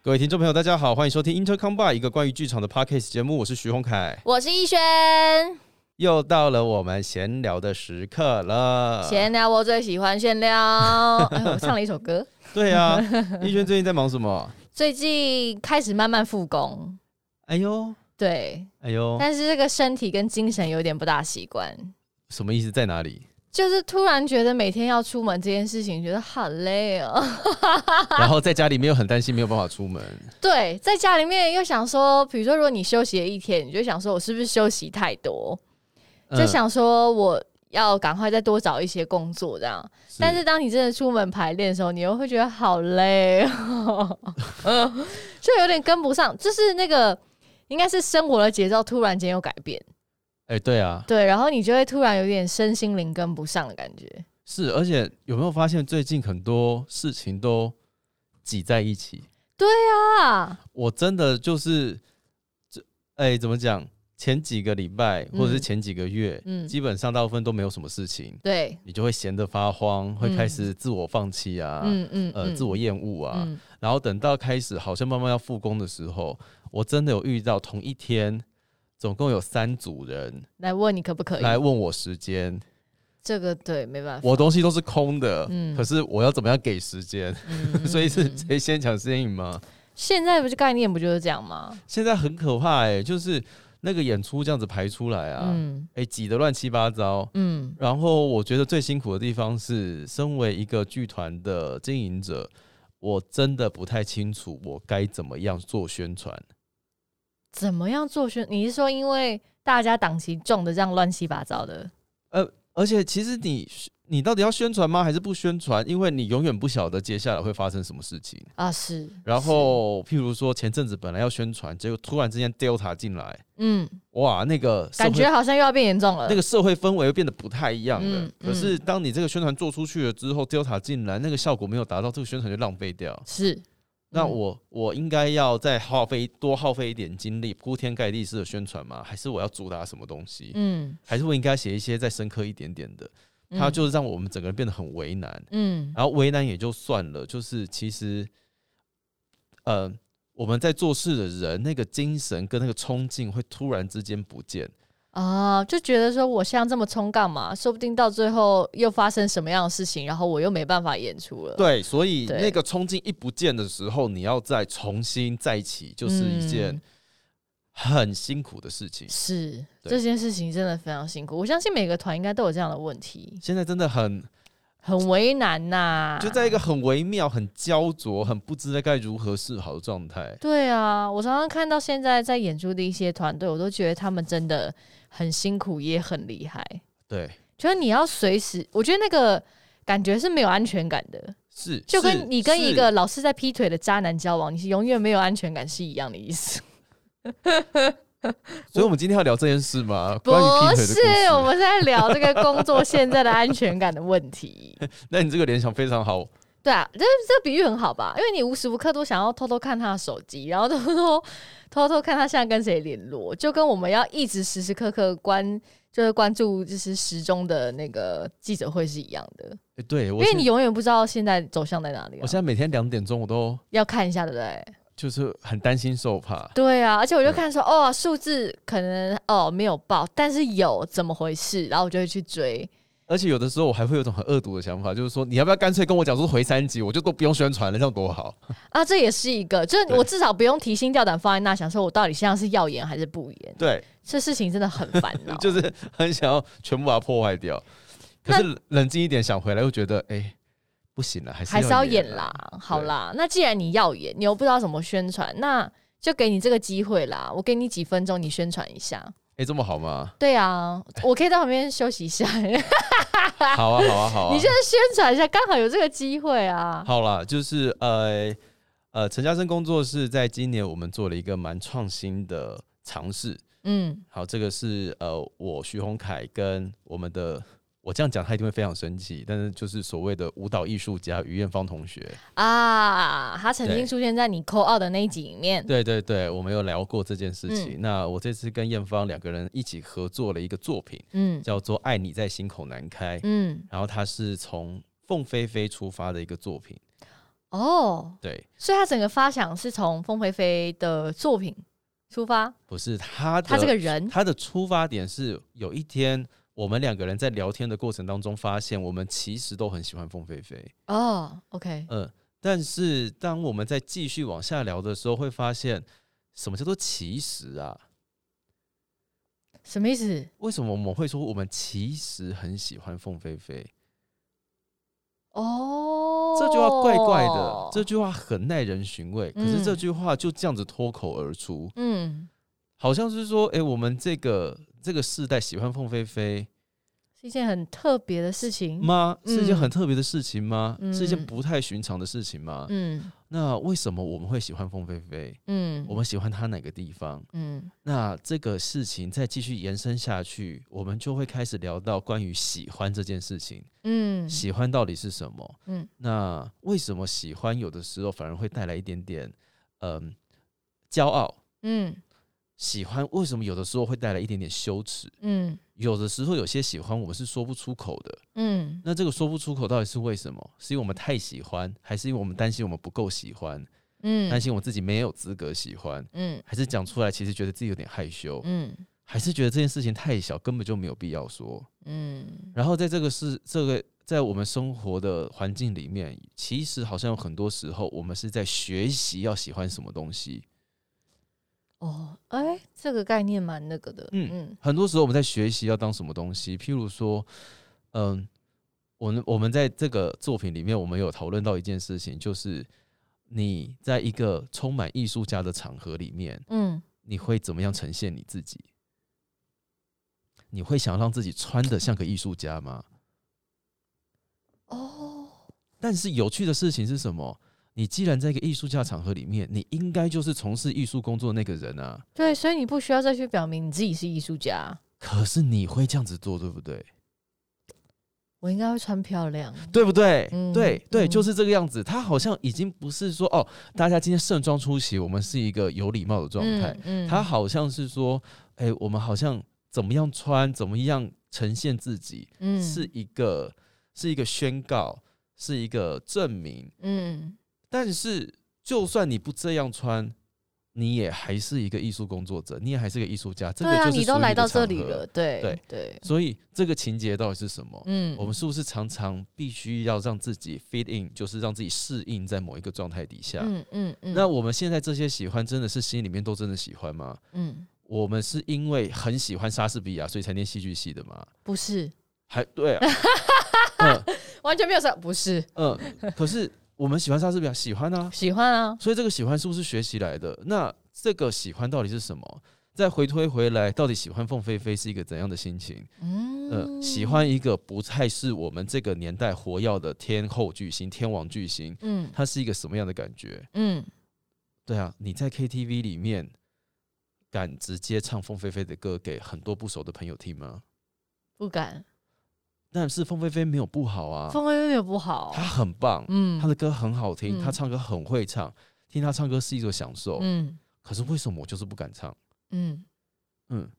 各位听众朋友，大家好，欢迎收听 Intercom Bar 一个关于剧场的 podcast 节目，我是徐宏凯，我是逸轩。又到了我们闲聊的时刻了。闲聊我最喜欢闲聊。哎，我唱了一首歌。对啊，逸轩最近在忙什么？最近开始慢慢复工，哎呦，对，哎呦，但是这个身体跟精神有点不大习惯，什么意思？在哪 里？就是突然觉得每天要出门这件事情，觉得好累哦。 然后在家里面又很担心没有办法出门，对，在家里面又想说，比如说如果你休息了一天，你就想说我是不是休息太多， 就嗯想说我要赶快再多找一些工作这样。嗯但是当你真的出门排练的时候，你又会觉得好累、 哦，就有点跟不上，就是那个应该是生活的节奏突然间又改变，哎、对啊，对，然后你就会突然有点身心灵跟不上的感觉。是，而且有没有发现最近很多事情都挤在一起？啊，我真的就是这，哎、怎么讲？前几个礼拜或者是嗯前几个月，嗯基本上大部分都没有什么事情，对，你就会闲得发慌，会开始自我放弃啊，嗯嗯，呃，嗯自我厌恶啊。嗯然后等到开始好像慢慢要复工的时候，我真的有遇到同一天，总共有三组人来问你可不可以？来问我时间，这个对，没办法，我东西都是空的，嗯可是我要怎么样给时间？ 嗯所以是嗯嗯谁先抢先赢吗？现在不是概念不就是这样吗？现在很可怕哎、就是那个演出这样子排出来啊，嗯哎、挤得乱七八糟。嗯然后我觉得最辛苦的地方是，身为一个剧团的经营者，我真的不太清楚我该怎么样做宣传。怎么样做宣？你是说因为大家档期中的这样乱七八糟的？而且，其实你你到底要宣传吗？还是不宣传？因为你永远不晓得接下来会发生什么事情。啊，是。然是，后，譬如说前阵子本来要宣传，结果突然之间 Delta 进来，嗯，哇，那个社会感觉好像又要变严重了。那个社会氛围又变得不太一样了。嗯可是当你这个宣传做出去了之后，Delta 进来，那个效果没有达到，这个宣传就浪费掉。是，那嗯我我应该要再耗费多耗费一点精力，铺天盖地式的宣传吗？还是我要主打什么东西？嗯，还是我应该写一些再深刻一点点的？它嗯就是让我们整个人变得很为难，嗯然后为难也就算了，就是其实，呃，我们在做事的人那个精神跟那个冲劲会突然之间不见。啊，就觉得说我像这么冲干嘛？说不定到最后又发生什么样的事情，然后我又没办法演出了。对，所以对那个冲劲一不见的时候，你要再重新再起，就是一件嗯很辛苦的事情。是对这件事情真的非常辛苦，我相信每个团应该都有这样的问题，现在真的很很为难呐、就在一个很微妙、很焦灼、很不知道该如何是好的状态。对啊，我常常看到现在在演出的一些团队，我都觉得他们真的很辛苦，也很厉害。对，就是你要随时，我觉得那个感觉是没有安全感的。是就是跟你跟一是个老是在劈腿的渣男交往，你是永远没有安全感是一样的意思。所以我们今天要聊这件事吗？不关于劈腿的是故，事我们在聊这个工作现在的安全感的问 题。那你这个联想非常好，对啊，这这个比喻很好吧？因为你无时无刻都想要偷偷看他的手机，然后偷偷偷偷看他现在跟谁联络，就跟我们要一直时时刻刻关就是关注就是时钟的那个记者会是一样的，诶对因我为现你永远不知道现在走向在哪里、啊我，现在每天两点钟我都要看一下，对不对？就是很担心受怕，对啊，而且我就对看说，哦，数字可能哦没有报，但是有怎么回事，然后我就会去追。而且有的时候我还会有一种很恶毒的想法，就是说你要不要干脆跟我讲说回三集，我就都不用宣传了，这样多好。啊，这也是一个，就是对我至少不用提心吊胆放在那，想说我到底现在是要演还是不演，对，这事情真的很烦恼。 就是很想要全部把它破坏掉，可是冷静一点想回来又觉得哎、不行了，还是还是要演演啊啦，好啦，那既然你要演，你又不知道怎么宣传，那就给你这个机会啦。我给你几分钟，你宣传一下。哎、这么好吗？对啊，我可以在旁边休息一下， 你好啊，好啊，好啊。就宣传一下，刚好有这个机会啊。好啦，就是呃呃，陈嘉生工作室在今年我们做了一个蛮创新的尝试。嗯，好，这个是呃，我徐宏凯跟我们的，我这样讲他一定会非常生气，但是就是所谓的舞蹈艺术家于艳芳同学，嗯啊，他曾对经出现在你扣二的那一集里面。对对对，我们有聊过这件事嗯情。那我这次跟艳芳两个人一起合作了一个作品，嗯叫做《爱你在心口难开》，嗯，然后它是从凤飞飞出发的一个作品。哦，对，所以他整个发想是从凤飞飞的作品出发，不是他的他这个人他的出发点是有一天我们两个人在聊天的过程当中，发现我们其实都很喜欢凤飞飞。哦，OK，嗯，但是当我们在继续往下聊的时候，会发现什么叫做其实啊？什么意思？为什么我们会说我们其实很喜欢凤飞飞？哦，这句话怪怪的，这句话很耐人寻味。可是这嗯句话就这样子脱口而出，嗯好像是说，哎、我们这个这个世代喜欢凤飞飞是一件很特别的事情。吗？是一件嗯很特别的事情吗？是一件嗯不太寻常的事情吗？嗯那为什么我们会喜欢凤飞飞？嗯，我们喜欢她哪个地方？嗯那这个事情再继续延伸下去，我们就会开始聊到关于喜欢这件事情，嗯喜欢到底是什么？嗯，那为什么喜欢有的时候反而会带来一点点，嗯，骄傲？嗯喜欢为什么有的时候会带来一点点羞耻？嗯有的时候有些喜欢我们是说不出口的，嗯那这个说不出口到底是为什么？是因为我们太喜欢，还是因为我们担心我们不够喜欢，嗯，担心我们自己没有资格喜欢，嗯还是讲出来其实觉得自己有点害羞？嗯还是觉得这件事情太小，根本就没有必要说。嗯然后在这个是这个在我们生活的环境里面，其实好像有很多时候我们是在学习要喜欢什么东西。哦，哎，这个概念蛮那个的。嗯嗯很多时候我们在学习要当什么东西，譬如说，嗯，我们我们在这个作品里面，我们有讨论到一件事情，就是你在一个充满艺术家的场合里面，嗯你会怎么样呈现你自己？你会想让自己穿的像个艺术家吗？哦，但是有趣的事情是什么？你既然在一个艺术家的场合里面，你应该就是从事艺术工作的那个人啊。对，所以你不需要再去表明你自己是艺术家。可是你会这样子做，对不对？我应该会穿漂亮。对不对？嗯对对，嗯就是这个样子。他好像已经不是说哦，大家今天盛装出席，我们是一个有礼貌的状态。嗯，嗯他好像是说，哎、我们好像怎么样穿，怎么样呈现自己，嗯是一个是一个宣告，是一个证明。嗯但是，就算你不这样穿，你也还是一个艺术工作者，你也还是个艺术家。这对个就啊，是你属都于的来到这场里合了，，对对对，所以这个情节到底是什么？嗯我们是不是常常必须要让自己 fit in，就是让自己适应在某一个状态底下？嗯嗯嗯，那我们现在这些喜欢，真的是心里面都真的喜欢吗？嗯我们是因为很喜欢莎士比亚，所以才念戏剧系的吗？不是还 对啊，嗯完全没有说不是嗯、可是我们喜欢莎士比亚，喜欢啊，喜欢啊，所以这个喜欢是不是学习来的？那这个喜欢到底是什么？再回推回来，到底喜欢凤飞飞是一个怎样的心情？嗯呃，喜欢一个不太是我们这个年代活跃的天后巨星、天王巨星，嗯它是一个什么样的感觉？嗯对啊，你在 KTV 里面敢直接唱凤飞飞的歌给很多不熟的朋友听吗？不敢，但是凤飞飞没有不好啊，风格没有不好她，很棒，嗯她的歌很好听，嗯她唱歌很会唱，听她唱歌是一种享受。嗯可是为什么我就是不敢唱？嗯嗯，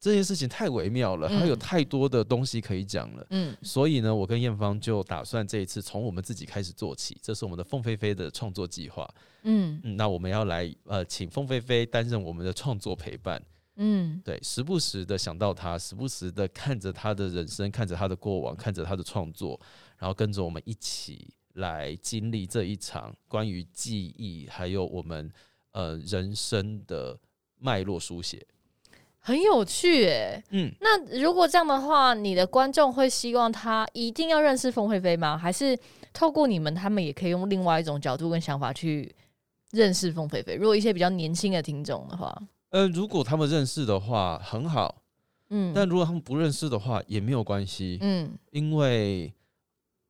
这件事情太微妙了，嗯还有太多的东西可以讲了。嗯所以呢，我跟艳芳就打算这一次从我们自己开始做起，这是我们的凤飞飞的创作计划。嗯嗯，那我们要来呃，请凤飞飞担任我们的创作陪伴，嗯对，时不时的想到她，时不时的看着她的人生，看着她的过往，看着她的创作，然后跟着我们一起来经历这一场关于记忆还有我们呃人生的脉络书写。很有趣诶。嗯，那如果这样的话，你的观众会希望他一定要认识凤飞飞吗？还是透过你们，他们也可以用另外一种角度跟想法去认识凤飞飞？如果一些比较年轻的听众的话，呃，如果他们认识的话，很好；嗯，但如果他们不认识的话，也没有关系，嗯因为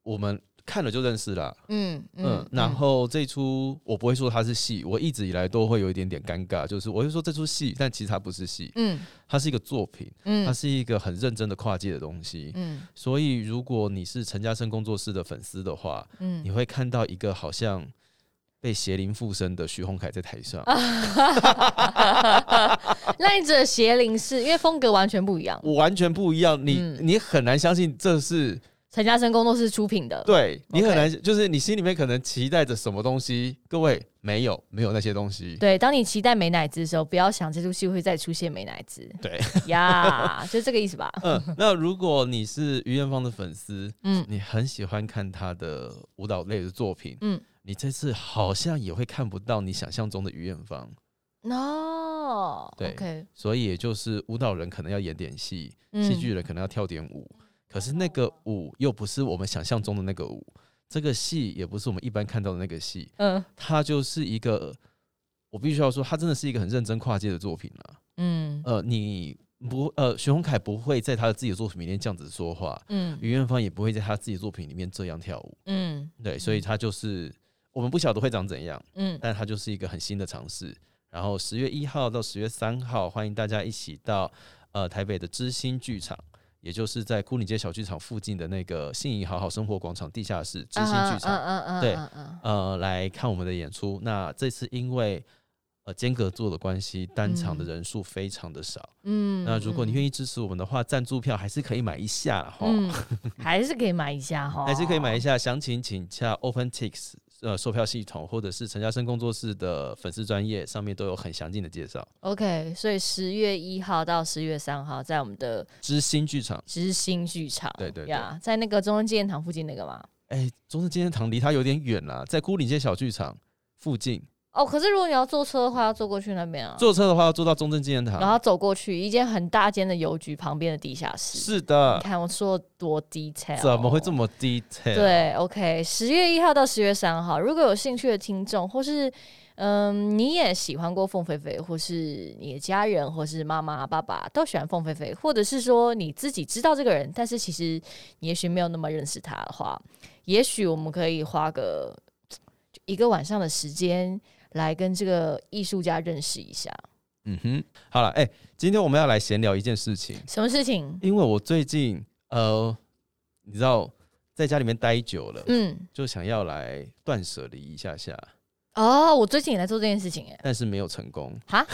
我们看了就认识啦。嗯嗯，然后这出我不会说它是戏，我一直以来都会有一点点尴尬，就是我会说这出戏，但其实它不是戏，嗯它是一个作品，它嗯是一个很认真的跨界的东西。嗯所以，如果你是陈嘉生工作室的粉丝的话，你嗯，会看到一个好像被邪灵附身的徐宏凯在台上。啊那你指的邪灵是因为风格完全不一样，我完全不一样，你、嗯你很难相信这是陈嘉生工作室出品的，对你很哦 OK 难，就是你心里面可能期待着什么东西，各位没有没有那些东西，对，当你期待美乃滋的时候，不要想这出戏会再出现美乃滋。对呀，就这个意思吧。嗯，那如果你是于艳芳的粉丝，嗯你很喜欢看她的舞蹈类的作品，嗯你这次好像也会看不到你想象中的于艳芳， No，嗯对哦 OK，所以也就是舞蹈人可能要演点戏，嗯戏剧人可能要跳点舞，可是那个舞又不是我们想象中的那个舞，这个戏也不是我们一般看到的那个戏，嗯它就是一个，我必须要说，它真的是一个很认真跨界的作品了、嗯呃，你不呃，徐宏凯不会在他的自己的作品里面这样子说话，嗯于艳芳也不会在他自己的作品里面这样跳舞，嗯对，所以他就是我们不晓得会长怎样，嗯，但它就是一个很新的尝试。然后十月一号到十月三号，欢迎大家一起到呃台北的知心剧场，也就是在牯岭街小剧场附近的那个信宜好好生活广场地下室知心剧场，嗯嗯对嗯嗯呃，来看我们的演出。那这次因为呃间隔做的关系，单场的人数非常的少。嗯。那如果你意，愿意支持我们的话，赞助票还是可以买一下啦哈，嗯，还是可以买一下哈， 还是可以买一下。详情请洽 OpenTix 呃售票系统，或者是陈嘉生工作室的粉丝专业上面都有很详尽的介绍。 OK，所以十月一号到十月三号，在我们的知心剧场，知心剧场，对对对呀，在那个中央纪念堂附近那个嘛。哎、中正纪念堂离它有点远啦，在孤岭街小剧场附近。哦，可是如果你要坐车的话，要坐过去那边啊，坐啊车的话要坐到中正纪念然堂。后走过去一间很大间的邮局旁边的地下室。是你的，看我说多 detail，哦怎么会这？么 detail？，对，OK，十月一号到十月三号，如果有兴趣的听众，或是嗯，你也喜欢过凤飞飞，或是你的家人，或是妈妈、爸爸都喜欢凤飞飞，或者是说你自己知道这个人，但是其实你也许没有那么认识他的话，也许我们可以花个就一个晚上的时间来跟这个艺术家认识一下。嗯哼，好了，哎、今天我们要来闲聊一件事情，什么事情？因为我最近呃，你知道在家里面待久了，嗯，就想要来断舍离一下下，哦，我最近也在做这件事情，哎。但是没有成功。哈，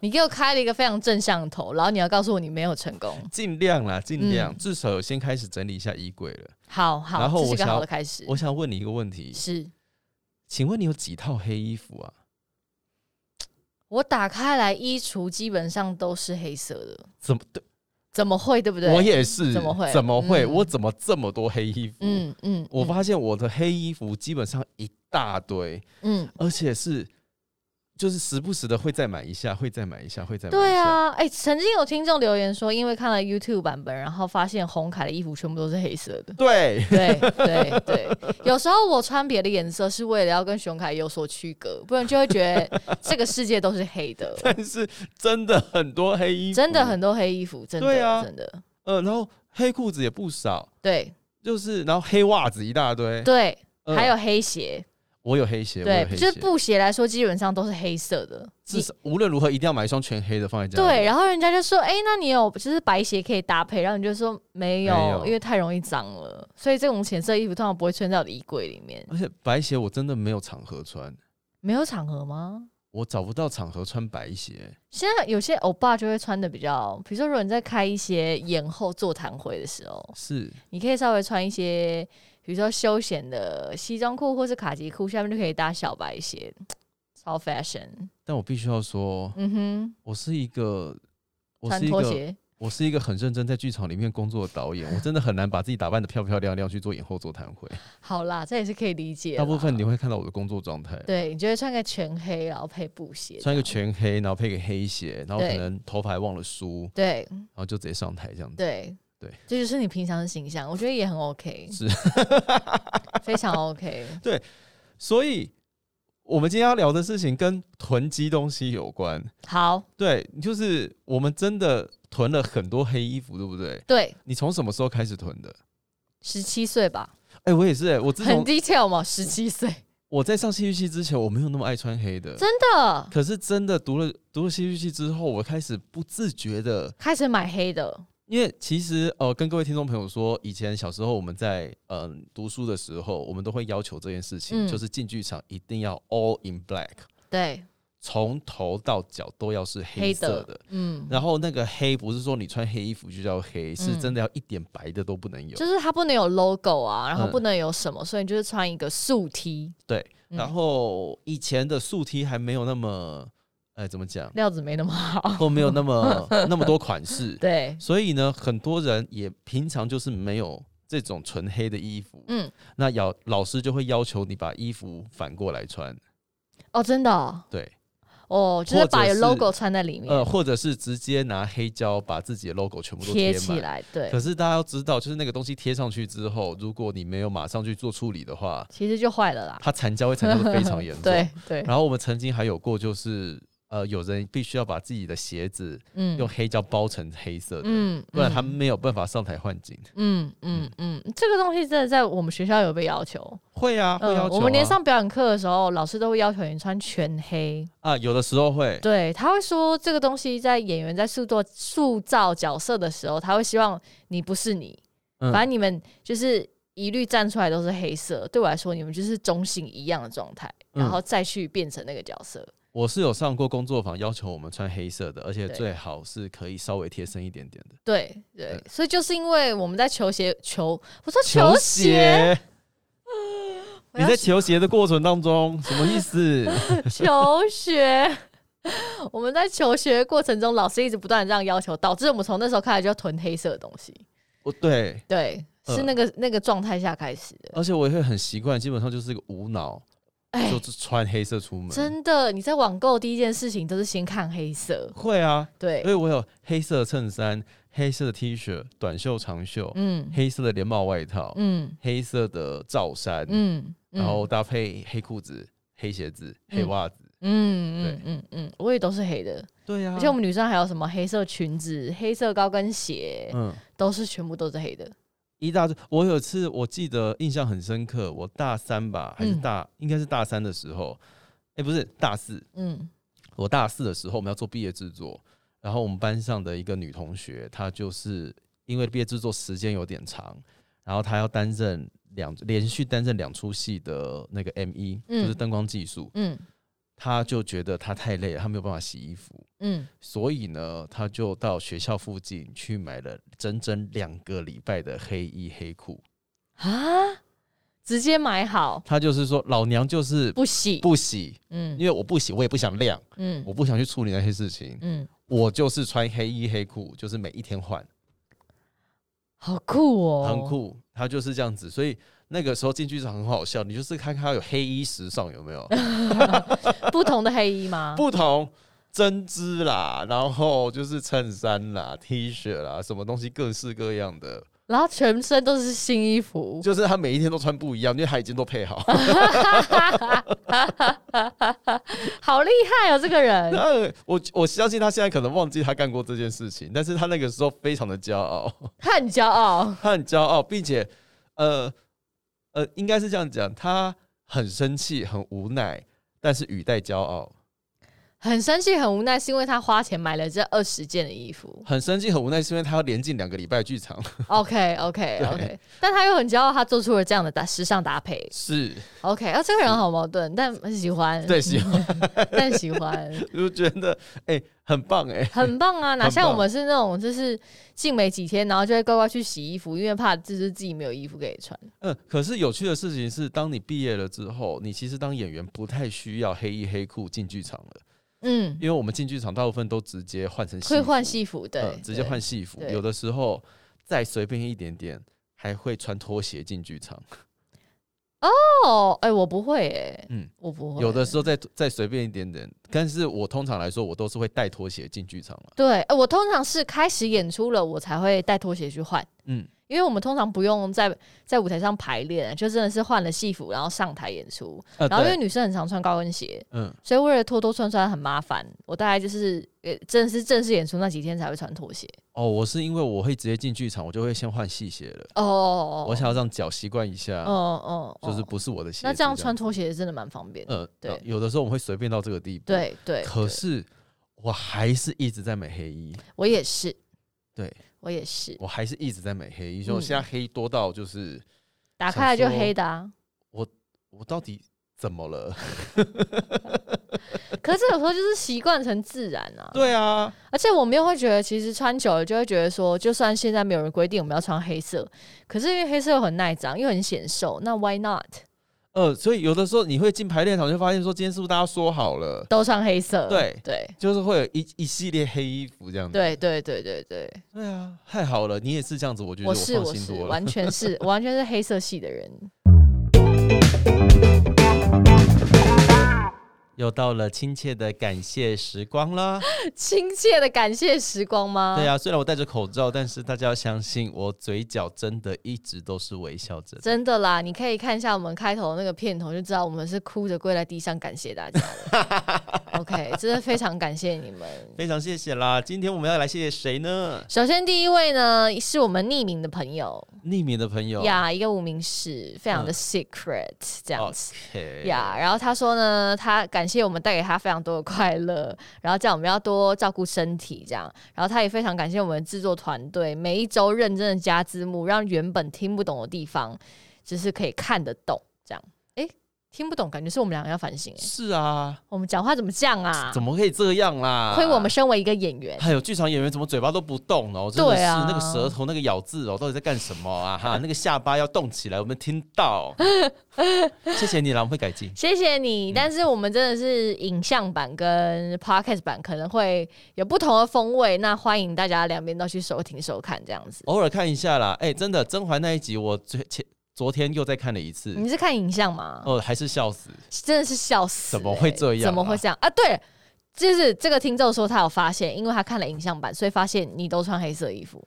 你给我开了一个非常正向的头，然后你要告诉我你没有成功。尽量啦，尽量，嗯至少有先开始整理一下衣柜了。好好，然后这我是个想好要的开始。我想问你一个问题，是请问你有几套黑衣服啊？我打开来，衣橱基本上都是黑色的，怎么怎么会？对不对？我也是，怎么会怎么会？嗯我怎么这么多黑衣服？嗯嗯，我发现我的黑衣服基本上一大堆，嗯，而且是就是时不时的会再买一下，会再买一下，会再买一下。。对，啊，哎、曾经有听众留言说，因为看了 YouTube 版本，然后发现红凯的衣服全部都是黑色的对，，对对对，有时候我穿别的颜色是为了要跟熊凯有所区隔，不然就会觉得这个世界都是黑的 但是真的很多黑衣服，真的很多黑衣服，真的、对啊真的呃，然后黑裤子也不少，对。就是然后黑袜子一大堆，对，呃还有黑鞋，我有黑鞋，我对有，黑就鞋是，布鞋来说，基本上都是黑色的。至你少无论如何一定要买一双全黑的放在家里。对，然后人家就说：“哎、那你有就是白鞋可以搭配？”然后你就说：“没有，没有因为太容易脏了。”所以这种浅色衣服通常不会穿在我的衣柜里面。而且白鞋我真的没有场合穿，没有场合吗？我找不到场合穿白鞋。现在有些欧巴就会穿的比较，比如说如果你在开一些延后座谈会的时候，是，你可以稍微穿一些，比如说休闲的西装裤或是卡其裤，下面就可以搭小白鞋，超 fashion。但我必须要说，嗯我是一个，哼，我穿是一拖个，鞋。我是一个很认真在剧场里面工作的导演， 我真的很难把自己打扮的漂漂亮亮去做演后座谈会。好啦，这也是可以理解啦。大部分你会看到我的工作状态，对，你就会穿个全黑，然后配布鞋，穿一个这样。全黑，然后配个黑鞋，然后可对能头发还忘了梳，对然后就直接上台这样子。对对，这就是你平常的形象，我觉得也很 OK，是， 非常 OK。所以，我们今天要聊的事情跟囤积东西有关。好，对，就是我们真的囤了很多黑衣服，对不对？对，你从什么时候开始囤的？十七岁吧，哎、我也是、哎，我自很从 detail 嘛，十七岁，我在上戏剧系之前，我没有那么爱穿黑的。真的可是真的读了读了戏剧系之后，我开始不自觉的，开始买黑的，因为其实呃，跟各位听众朋友说，以前小时候我们在嗯、呃读书的时候，我们都会要求这件事情，嗯就是进剧场一定要 all in black，对，从头到脚都要是黑色的。嗯，然后那个黑不是说你穿黑衣服就叫黑，是真的要一点白的都不能有。就是它不能有 logo 啊，然后嗯不能有什么，所以你就是穿一个素 T，对，嗯然后以前的素 T 还没有那么，哎，怎么 讲？料子没那 么好。都没有那 么那么多款式，对，所以呢，很多人也平常就是没有这种纯黑的衣服。嗯，那要老师就会要求你把衣服反过来穿，哦，真的哦，对，哦就是把或者有是 logo 穿在里面呃，或者是直接拿黑胶把自己的 logo 全部都贴满起。来，对可，是大家要知道，就是那个东西贴上去之后，如果你没有马上去做处理的话，其实就坏了啦。它残胶会残胶的非常严重。 对对，然后我们曾经还有过，就是呃，有人必须要把自己的鞋子嗯用黑胶包成黑色的，嗯，不然他嗯没有办法上台换景。嗯嗯嗯，这个东西真的在我们学校有被要求。嗯会啊，会要求、啊我们连上表演课的时候，老师都会要求你穿全黑。啊，有的时候会，对，他会说这个东西在演员在塑造塑造角色的时候，他会希望你不是你，嗯反正你们就是一律站出来都是黑色。对我来说，你们就是中性一样的状态，然嗯后再去变成那个角色。我是有上过工作坊，要求我们穿黑色的，而且对最好是可以稍微贴身一点点的对对对，所以就是因为我们在球鞋球，我说球鞋，鞋。 我你要在求鞋的过程当中，什么意思？ 求学，我们在求学过程中，老师一直不断地这样要求，导致我们从那时候开始就要囤黑色的东西。我对，对，呃是那个、那个状态下开始的。而且我也会很习惯，基本上就是一个无脑，哎、就是穿黑色出门。真的，你在网购第一件事情都是先看黑色。会啊，因对，为我有黑色的衬衫、黑色的 T 恤、短袖、长袖、嗯黑色的连帽外套、嗯黑色的罩衫，嗯，然后搭配黑裤子、黑鞋子、黑嗯袜子。嗯嗯嗯嗯嗯，我也都是黑的，对啊呀、而且我们女生还有什么黑色裙子、黑色高跟鞋，嗯。都是全部都是黑的。一大堆，我有一次我记得印象很深刻，我大三吧，还是嗯大，应该是大三的时候，哎、不是大四，嗯我大四的时候我们要做毕业制作，然后我们班上的一个女同学，她就是因为毕业制作时间有点长，然后她要担任两连续担任两出戏的那个 M 一、嗯就是灯光技术，嗯她就觉得她太累了，她没有办法洗衣服，嗯，所以呢，她就到学校附近去买了整整两个礼拜的黑衣黑裤。啊，直接买好他就是说老娘就是不洗，不洗，嗯因为我不洗，我也不想晾，嗯我不想去处理那些事情，嗯，我就是穿黑衣黑裤，就是每一天换，好酷哦，很。酷。他就是这样子，所以那个时候进剧场很好笑，你就是看他有黑衣时尚有没有不同的黑衣吗？ 不同。针织啦，然后就是衬衫啦、T 恤啦，什么东西各式各样的，然后全身都是新衣服，就是他每一天都穿不一样，因为他已经都配好。好厉害哦！这 个人，那我我相信他现在可能忘记他干过这件事情，但是他那个时候非常的骄傲。他很骄傲。他很骄傲，并且，呃，呃，应该是这样讲，他很生气，很无奈，但是语带骄傲，。很生气，很无奈，是因为他花钱买了这二十件的衣服 很生气，很无奈，是因为他要连进两个礼拜剧 场， OK OK 对 OK，但他又很骄傲，他做出了这样的搭时尚搭配。是 OK，啊，这个人好矛盾，但很喜欢，对，喜欢， 但喜欢，就觉得哎、很棒哎、很棒 啊！哪很像我棒们是那种，就是进没几天，然后就会乖乖去洗衣服，因为怕就是自己没有衣服可以穿。嗯，可是有趣的事情是，当你毕业了之后，你其实当演员不太需要黑衣黑裤进剧场了，嗯，因为我们进剧场大部分都直接换成会服换戏服，对，嗯直接对换戏服，对有的时候再随便一点点，还会穿拖鞋进剧场。哦，哎、我不会、哎，嗯我不会。有的时候再再随便一点点，但是我通常来说，我都是会带拖鞋进剧场了。对，哎我通常是开始演出了，我才会带拖鞋去换，嗯，因为我们通常不用在在舞台上排练，就真的是换了戏服，然后上台演出。呃然后因为对，女生很常穿高跟鞋，嗯，所以为了脱脱穿穿很麻烦，我大概就是呃，真的是正式演出那几天才会穿拖鞋。哦，我是因为我会直接进剧场，我就会先换戏鞋了。哦哦，我想要让脚习惯一下，哦哦，哦就是不是我的鞋子。那这这样穿，拖鞋真的蛮方便的。呃，对呃有的时候我会随便到这个地步。，对对，可对是我还是一直在买黑衣，我也是，对我也是，我还是一直在买黑衣，就嗯现在黑多到就是打开来就说黑的、啊。 我到底怎么了？可是有时候就是习惯成自然啊。对啊，而且我们又会觉得，其实穿久了就会觉得说，就算现在没有人规定我们要穿黑色，可是因为黑色又很耐脏，又很显瘦，那 why not 呃，所以有的时候你会进排练场，就发现说今天是不是大家说好了，都穿黑色？对对就是会有一一系列黑衣服这样子。对对对对对，对啊，太好了，你也是这样子，我觉得我是放我心是多了。完 全是我完全是黑色系的人。又到了亲切的感谢时光了。亲切的感谢时光吗？对啊，虽然我戴着口罩，但是大家要相信我嘴角真的一直都是微笑着的。真的啦，你可以看一下我们开头那个片头，就知道我们是哭着跪在地上感谢大 家的。OK，真的非常感谢你们。非常谢谢啦！今天我们要来谢谢谁呢？首先第一位呢是我们匿名的朋友匿名的朋友。呀一个无名氏，非常嗯的 secret、这样子。 OK。呀然后他说呢，他感谢我们带给他非常多的快乐，然后叫我们要多照顾身体，这样。然后他也非常感谢我们制作团队，每一周认真的加字幕，让原本听不懂的地方，就是可以看得懂，这样。诶，听不懂，感觉是我们两个要反省、诶，是啊，我们讲话怎么这样啊？怎么啊可以这样啦？亏我们。身为一个演员，还有哎剧场演员怎么嘴巴都不动哦？真的是对啊那个舌头那个咬字哦，到底在干什么啊？ 哈，那个下巴要动起来，我们听到。 谢谢你啦，我们会改进。谢谢嗯你，但是我们真的是影像版跟 podcast 版可能会有不同的风味，那欢迎大家两边都去收听收看这样子。偶尔看一下啦，哎、真的甄嬛那一集我最前昨天又再看了一次，你是看影像吗？哦，还是笑死。真的是笑死、欸！怎么会这样啊怎么会这样啊？对，就是这个听众说他有发现，因为他看了影像版，所以发现你都穿黑色衣服，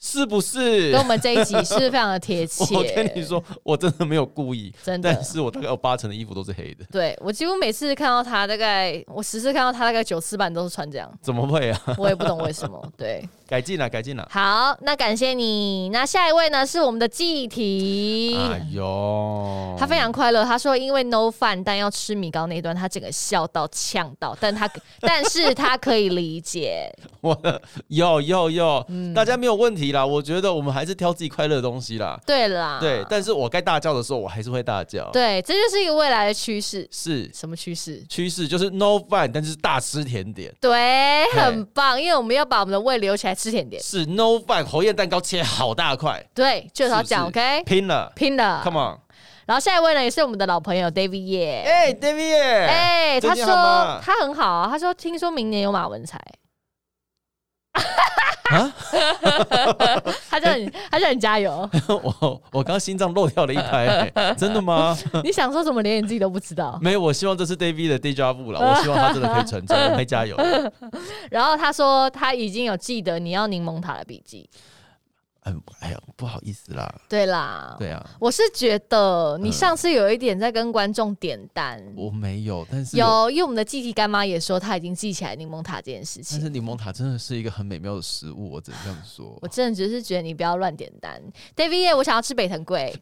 是不是跟？我们这一集是不是非常的贴切。 我跟你，说，我真的没有故意，真的但。是我大概有八成的衣服都是黑的，对我几乎每次看到他，大概我十次看到他，大概九次半都是穿这样，怎么会啊？我也不懂为什么。对，改进了，改进了。好，那感谢你。那下一位呢是我们的季题，哎呦，他非常快乐。他说因为 no 饭，但要吃米糕那一段，他整个笑到呛到，但他 但是他可以理解。 我的有有有，嗯大家没有问题啦。我觉得我们还是挑自己快乐的东西啦。对啦，对，但是我该大叫的时候，我还是会大叫。，啊对，这就是一个未来的趋势。是什么趋势？趋势，就是 no fun，但是大吃甜点。对，很棒，因为我们要把我们的胃留起来吃甜点。是 no fun，火焰蛋糕切好大块，对，就是要讲是不是 OK，拼了拼了。 ，come on！然后下一位呢，也是我们的老朋友 David 耶。哎，David，哎，最他近说好吗他很好啊，他说听说明年有马文才。啊 他叫你，他叫你加油。 我我刚心脏漏掉了一拍， 哎真的吗？你想说什么，连你自己都不知道。没有，我希望这是 David 的 deja vu 了，我希望他真的可以成真，我会 加油的。然后他说他已经有记得你要柠檬塔的笔记。嗯，哎呀，不好意思啦，对啦，对啊，我是觉得你上次有一点在跟观众点单。嗯我没有，但是有，因为我们的季体干妈也说她已经记起来柠檬塔这件事但情。 是柠檬塔真的是一个很美妙的食物，我只能这样说我。真的只是觉得你不要乱点单，David，耶我想要吃北藤 贵。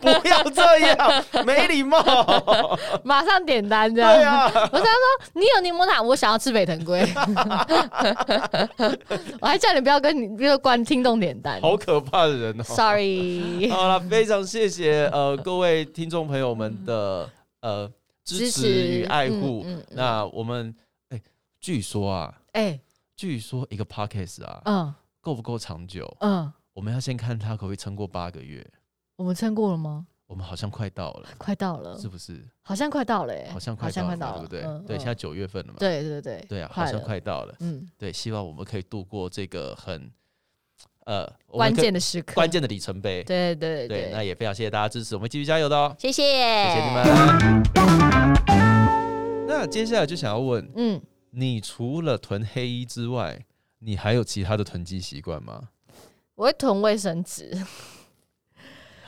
不要这样，没礼 貌。马上点单这样。对啊，我想说，你有柠檬塔，我想要吃北藤龟。 我还叫你不要跟你乐观听众点单。好可怕的 人哦。 Sorry，好了，非常谢谢 呃各位听众朋友们的呃 支持与爱护。嗯嗯嗯那我们哎、据说啊，哎，据说一个 podcast 啊，嗯够不够长久？嗯，我们要先看它可不可以撑过八个月。我们撑过了吗？我们好像快到了，快到了是，不是？好像快到了，哎好像好快像到快了到嘛，对不了，对？嗯对，嗯现在九月份了嘛。对对对对啊，好像了快到了。嗯，对，希望我们可以度过这个很呃我们关可键的时刻，关，键的里程碑。对对对，那对，也非常谢谢大家支持，我们继续加油的哦，谢谢，谢谢你。们。 那接下来就想要问，嗯，你除了囤黑衣之外，你还有其他的囤积习惯吗？我会囤卫生纸。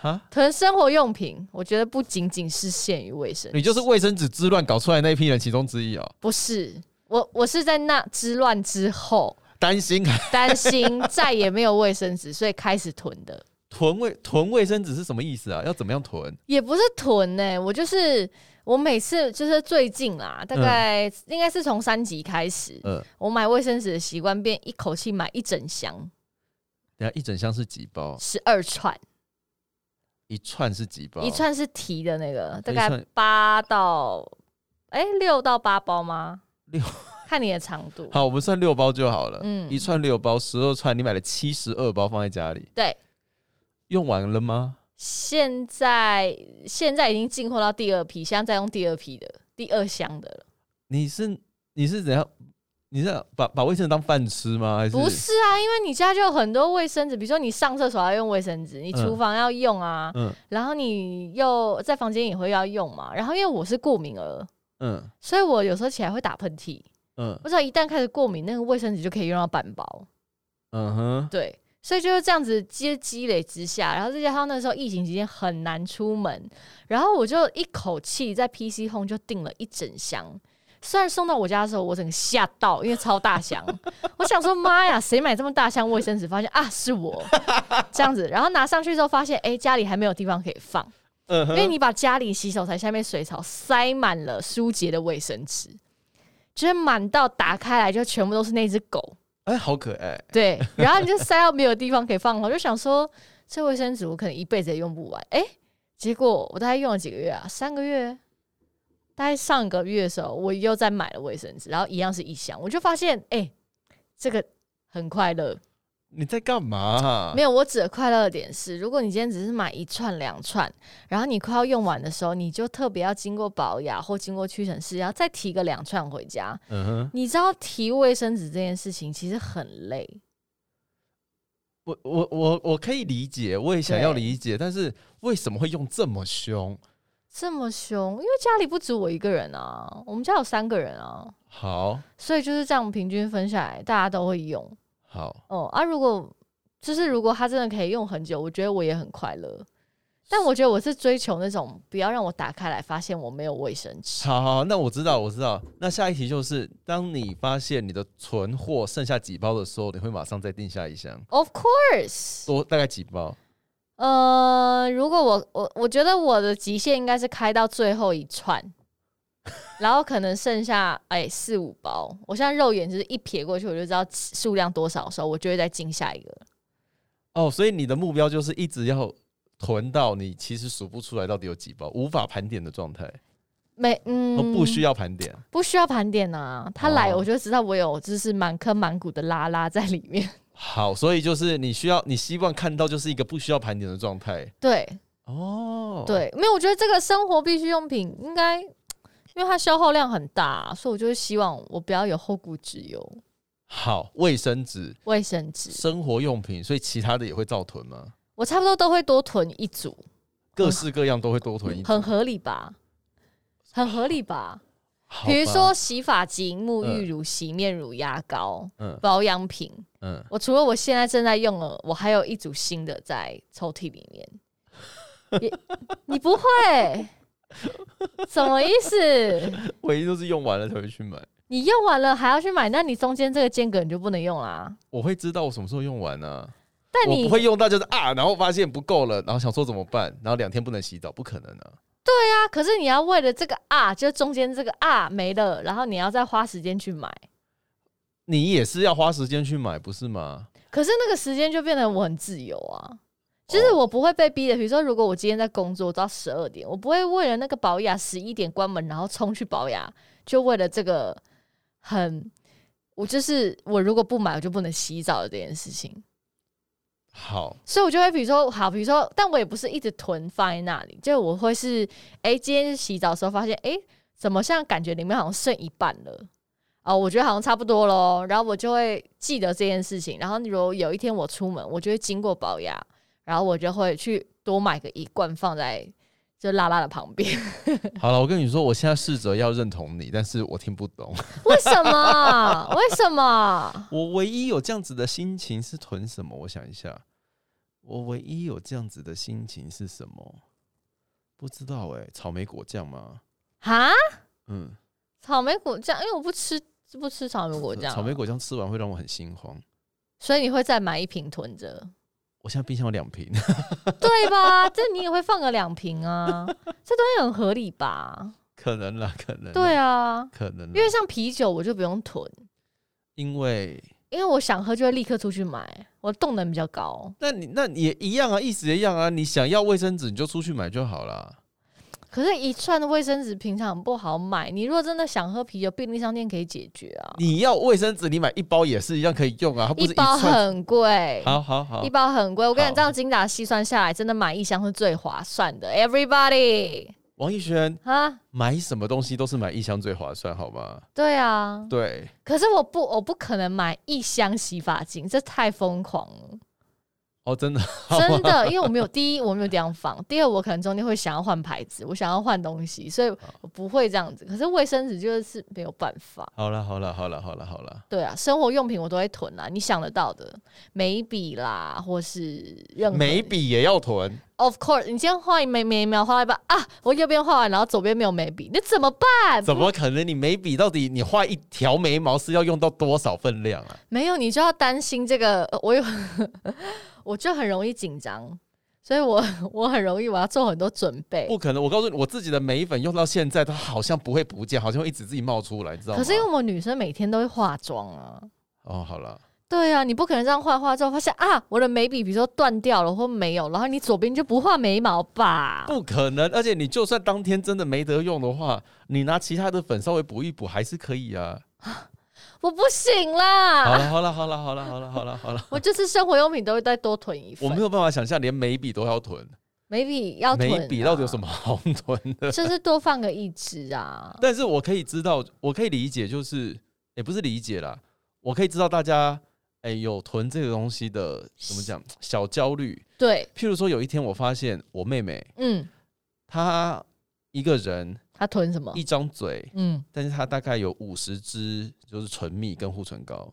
哈，囤生活用品，我觉得不仅仅是限于卫生纸，你就是卫生纸之乱搞出来那一批人其中之一哦。不是我，我是在那之乱之后担心啊担心再也没有卫生纸，所以开始囤的， 囤卫囤卫生纸是什么意思啊？要怎么样囤？也不是囤呢、欸我就是我每次就是最近啦，大概嗯应该是从三级开始，呃，我买卫生纸的习惯变一口气买一整箱等一下一整箱是几包？十二串，一串是几包？一串是提的那个，大哦一概串八到哎六到八包吗？六，看你的长度。好，我们算六包就好了。嗯一串六包，十二串，你买了七十二包放在家里，对，用完了吗？现在现在已经进货到第二批，现在在用第二批的第二箱的了。你是你是怎样？你是把把卫生纸当饭吃吗？还是不是啊，因为你家就有很多卫生纸，比如说你上厕所要用卫生纸，你嗯厨房要用啊，嗯然后你又在房间也会要用嘛。然后因为我是过敏儿，嗯所以我有时候起来会打喷嚏。嗯我只要一旦开始过敏，那个卫生纸就可以用到半包。嗯哼，对，所以就是这样子积积累之下，然后再加上那时候疫情期间很难出门，然后我就一口气在 PC Home 就订了一整箱。虽然送到我家的时候，我整个吓到，因为超大箱， 我想说妈呀，谁买这么大箱卫生纸？发现啊是我这样子，然后拿上去之后发现，哎、家里还没有地方可以放，嗯因为哼，你把家里洗手台下面水槽塞满了舒洁的卫生纸，就是满到打开来就全部都是那只狗。哎，好可爱。对，然后你就塞到没有地方可以放了，我就想说 这卫生纸我可能一辈子也用不完，哎、结果我大概用了几个月啊，三个月，大概上个月的时候我又再买了卫生纸，然后一样是一箱，我就发现哎、这个很快乐，你在干嘛啊？没有，我指的快乐的点是，如果你今天只是买一串两串，然后你快要用完的时候，你就特别要经过保养或经过屈臣氏，然后再提个两串回家。嗯哼，你知道提卫生纸这件事情其实很累，我我我我可以理解，我也想要对理解，但是为什么会用这么凶？这么凶，因为家里不止我一个人啊，我们家有三个人啊，好所以就是这样平均分下来，大家都会用。好，哦、啊，如果就是如果它真的可以用很久，我觉得我也很快乐。但我觉得我是追求那种不要让我打开来发现我没有卫生纸。好好，那我知道，我知道。那下一题就是，当你发现你的存货剩下几包的时候，你会马上再订下一箱， Of course，多大概几包？呃，如果我我我觉得我的极限应该是开到最后一串，然后可能剩下哎四五包。我现在肉眼就是一瞥过去，我就知道数量多少的时候，我就会再进下一个。哦，所以你的目标就是一直要囤到你其实数不出来到底有几包，无法盘点的状态，没，嗯，哦，不需要盘点。不需要盘点啊。他哦来我就知道我有就是满坑满谷的拉拉在里面。 好，所以就是你需要，你希望看到就是一个不需要盘点的状态。对哦，，对，没有，我觉得这个生活必需用品应该，因为它消耗量很大啊、所以我就会希望我不要有后顾之忧。好，卫生纸、卫生纸，生活用品，所以其他的也会照囤吗？我差不多都会多囤一组，各式各样都会多囤一点很，合理吧？很合理吧？好吧比如说，洗发精、沐浴嗯乳、洗面乳、牙膏、嗯保养品，嗯，我除了我现在正在用了，我还有一组新的在抽屉里面。 也你不会？什么意思？唯一就是用完了才会去买。你用完了还要去买？那你中间这个间隔你就不能用啦。我会知道我什么时候用完呢、但我你不会用到就是啊，然后发现不够了，然后想说怎么办，然后两天不能洗澡，不可能啊。啊，可是你要为了这个啊，就中间这个啊没了，然后你要再花时间去买。你也是要花时间去买，不是吗？可是那个时间就变得我很自由啊，就是我不会被逼的。比如说，如果我今天在工作到十二点，我不会为了那个保雅十一点关门，然后冲去保雅，就为了这个很，我就是我如果不买，我就不能洗澡的这件事情。好，所以我就会比如说好，比如说，但我也不是一直囤放在那里，就我会是哎、诶今天洗澡的时候发现哎、诶怎么像感觉里面好像剩一半了。哦，我觉得好像差不多咯，然后我就会记得这件事情。然后如果有一天我出门，我就会经过保养，然后我就会去多买个一罐放在就拉拉的旁边。好了，我跟你说，我现在试着要认同你，但是我听不 懂。为什么？ 为什么？我唯一有这样子的心情是囤什么？我想一下，我唯一有这样子的心情是什么？不知道哎、草莓果酱吗？哈，嗯，草莓果酱，因为我不吃不吃草莓果酱，啊草莓，果酱吃完会让我很心慌。所以你会再买一瓶囤着。我现在冰箱有两瓶， 对吧？这你也会放个两 瓶啊，这东西很合理吧？可能啦，可能啦对啊，可能啦，因为像啤酒我就不用囤，因为因为我想喝就会立刻出去买，我动能比较高。那你那你也一样啊，意思也一样啊。你想要卫生纸，你就出去买就好啦。可是，一串的卫生纸平常不好买，你如果真的想喝啤酒，便利商店可以解决啊。你要卫生纸，你买一包也是一样可以用啊，它不一是包串。很贵，好好好 一，包很贵。我跟你好这样精打细算下来，真的买一箱是最划算的。Everybody 王一轩啊，买什么东西都是买一箱最划算，好吗？对啊。对，可是我不，我不可能买一箱洗发精，这太疯狂了，哦，真的， 真的。因为我没有第一，我没有地方放；第二，我可能中间会想要换牌子，我想要换东西，所以我不会这样子。可是卫生纸就是没有办法。好了好了好了好了好了，对啊，生活用品我都会囤啊啦，你想得到的眉笔啦，或是任何眉笔也要囤， ，of course，你今天画一眉眉毛画一半啊，我右边画完，然后左边没有眉笔，那怎么办？怎么可能？你眉笔到底你画一条眉毛是要用到多少分量啊？没有，你就要担心这个，呃我有， 我就很容易紧张，所以我 我很容易我要做很多准备。不可能！我告诉你，我自己的眉粉用到现在，它好像不会不见，好像会一直自己冒出来，你知道吗？可是因为我们女生每天都会化妆啊，哦，好了，对啊，你不可能这样画画之后发现啊，我的眉笔比如说断掉了或没有，然后你左边就不画眉毛吧？不可能！而且你就算当天真的没得用的话，你拿其他的粉稍微补一补还是可以啊。我不行好啦，了，好了，好了，好了，好了，好了，好 了，我就是生活用品都会再多囤一份。我没有办法想象连眉笔都要囤，眉笔 要囤、啊眉笔到底有什么？么好囤的？就是多放个一支啊。但是我可以知道，我可以理解，就是也不是理解啦，我可以知道大家哎、有囤这个东西的怎么讲小焦虑。对，譬如说，有一天我发现我妹妹嗯，她一个人他囤什么？一张嘴，嗯，但是她大概有五十支就是唇蜜跟护唇膏，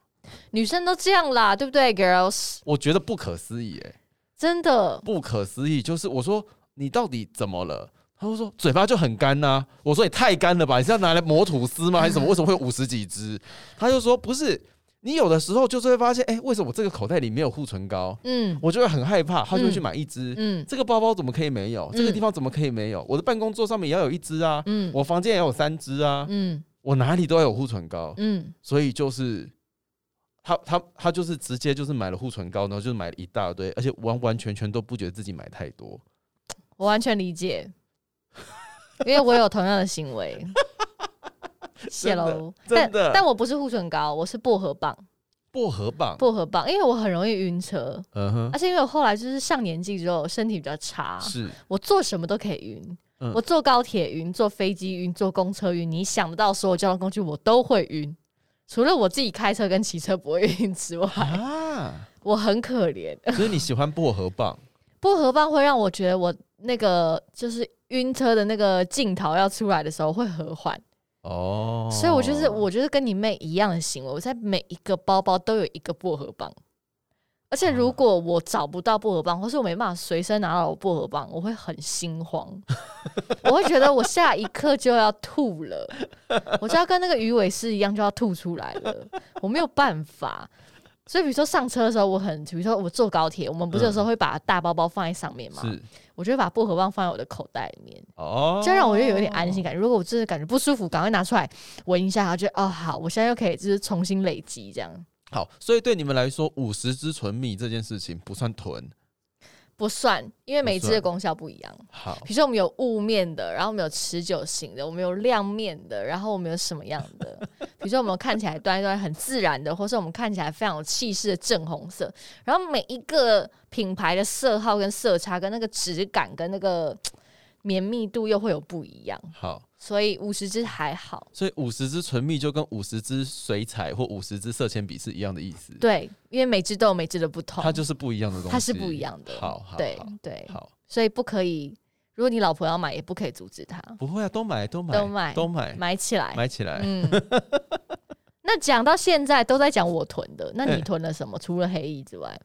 女生都这样啦，对不对，girls？我觉得不可思议哎、真的，不可思议！就是我说你到底怎么了？她就说嘴巴就很干呐、我说也太干了吧，你是要拿来磨吐司吗？还是什么？为什么会有五十几支？她就说不是，你有的时候就是会发现，哎、为什么我这个口袋里没有护唇膏？嗯我就会很害怕，她就会去买一支。嗯这个包包怎么可以没有？这个地方怎么可以没有？我的办公桌上面也要有一支啊，嗯我房间也有三支啊，嗯我哪里都要有护唇膏，嗯，所以就是他他他就是直接就是买了护唇膏，然后就是买了一大堆，而且完完全全都不觉得自己买太多。我完全理解，因为我有同样的行 为。谢喽，真的真但 的但我不是护唇膏，我是薄荷棒，薄荷棒，薄荷棒，因为我很容易晕车，嗯哼，而且因为我后来就是上年纪之后身体比较差，是 我做什么都可以晕，嗯我坐高铁晕，坐飞机晕，坐公车晕，你想得到所有交通工具我都会晕，除了我自己开车跟骑车不会晕之外，啊，我很可怜。所以你喜欢薄荷棒，薄荷棒会让我觉得我那个就是晕车的那个镜头要出来的时候会和缓，哦， 所以我就是我就是跟你妹一样的行为，我在每一个包包都有一个薄荷棒。而且哦如果我找不到薄荷棒，或是我没办法随身拿到我薄荷棒，我会很心慌，我会觉得我下一刻就要吐了，我就要跟那个鱼尾狮一样就要吐出来了，我没有办法。所以比如说上车的时候，我很，比如说我坐高铁，我们不是有时候会把大包包放在上面吗？嗯是我就会把薄荷棒放在我的口袋里面，哦，这样让我就有一点安心感。如果我真的感觉不舒服，赶快拿出来闻一下，然后就哦好，我现在又可以就是重新累积这样。好，所以对你们来说，五十支唇蜜这件事情不算囤，不算，因为每一不支算的功效不一样。好比如说我们有雾面的，然后我们有持久型的，我们有亮面的，然后我们有什么样的？比如说我们看起来端一端很自然的，或是我们看起来非常有气势的正红色。然后每一个品牌的色号跟色差跟那个质感跟那个绵密度又会有不一样，好。所以五十支还好。所以五十支唇蜜就跟五十支水彩或五十支色铅笔是一样的意思，对，因为每支都有每支的不同，它就是不一样的东西，它是不一样的。好好对好对，好，所以不可以，如果你老婆要买，也不可以阻止她，不会啊，都买，都买，都买都买，买起来。买起来。嗯，那讲到现在都在讲我囤的，那嗯你囤了什么？除了黑衣之外，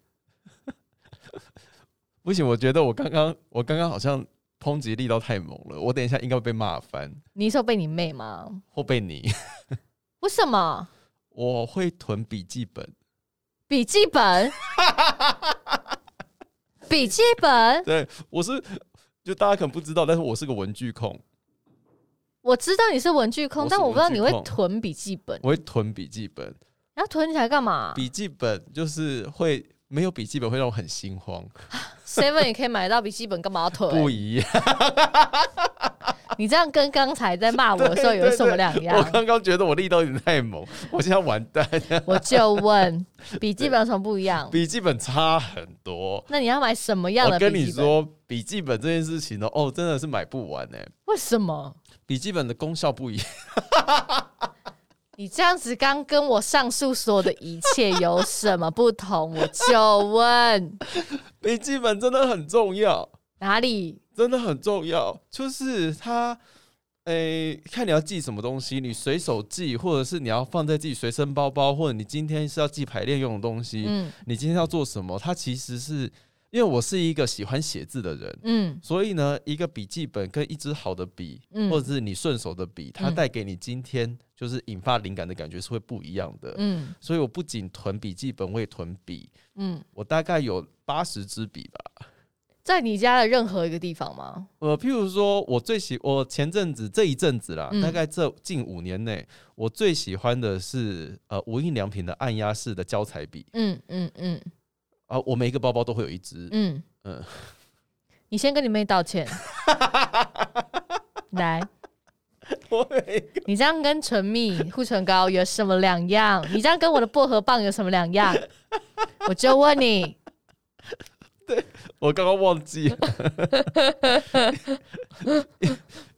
不行，我觉得我刚刚，我刚刚好像抨击力道太猛了，我等一下应该会被骂翻，你是有被你妹吗？或被你。 为什么？我会囤笔记本，笔记 本，笔记本，对我是，就大家可能不知道，但是我是个文具控，我知道你是文具控，我是但我不知道文具你会控囤笔记本。我会囤笔记本。然后囤起来干嘛笔记本就是会没有笔记本会让我很心慌， ？Seven 也可以买到笔记本，干嘛要不囤？一样。你这样跟刚才在骂啊我的时候有什么两样我？刚刚觉得我力道有点太猛，我现在完蛋。我就问，笔记本有什么不一样？笔记本差很多，那你要买什么样我的跟笔你记本？说，笔记本这件事情呢，哦，真的是买不完哎、为什么？笔记本的功效不一 样，你这样子刚跟我上述所有的一切有什么不同？我就问笔记本真的很重要，哪里？真的很重要。就是它，诶、看你要记什么东西，你随手记，或者是你要放在自己随身包包，或者你今天是要记排练用的东西，嗯你今天要做什么，它其实是因为我是一个喜欢写字的人，嗯所以呢，一个笔记本跟一支好的笔，嗯或者是你顺手的笔，它嗯带给你今天就是引发灵感的感觉是会不一样的。嗯所以我不仅囤笔记本，我也囤笔，嗯，我大概有八十支笔吧。在你家的任何一个地方吗？呃，譬如说我最喜，我前阵子这一阵子啦，嗯大概这近五年内，我最喜欢的是呃无印良品的按压式的胶彩笔嗯嗯嗯啊、我每一个包包都会有一支。嗯嗯嗯，你先跟你妹道歉，来。 我每你这样跟唇蜜、护唇膏有什么两样？你这样跟我的薄荷棒有什么两样？我就问你，我刚刚忘记 了，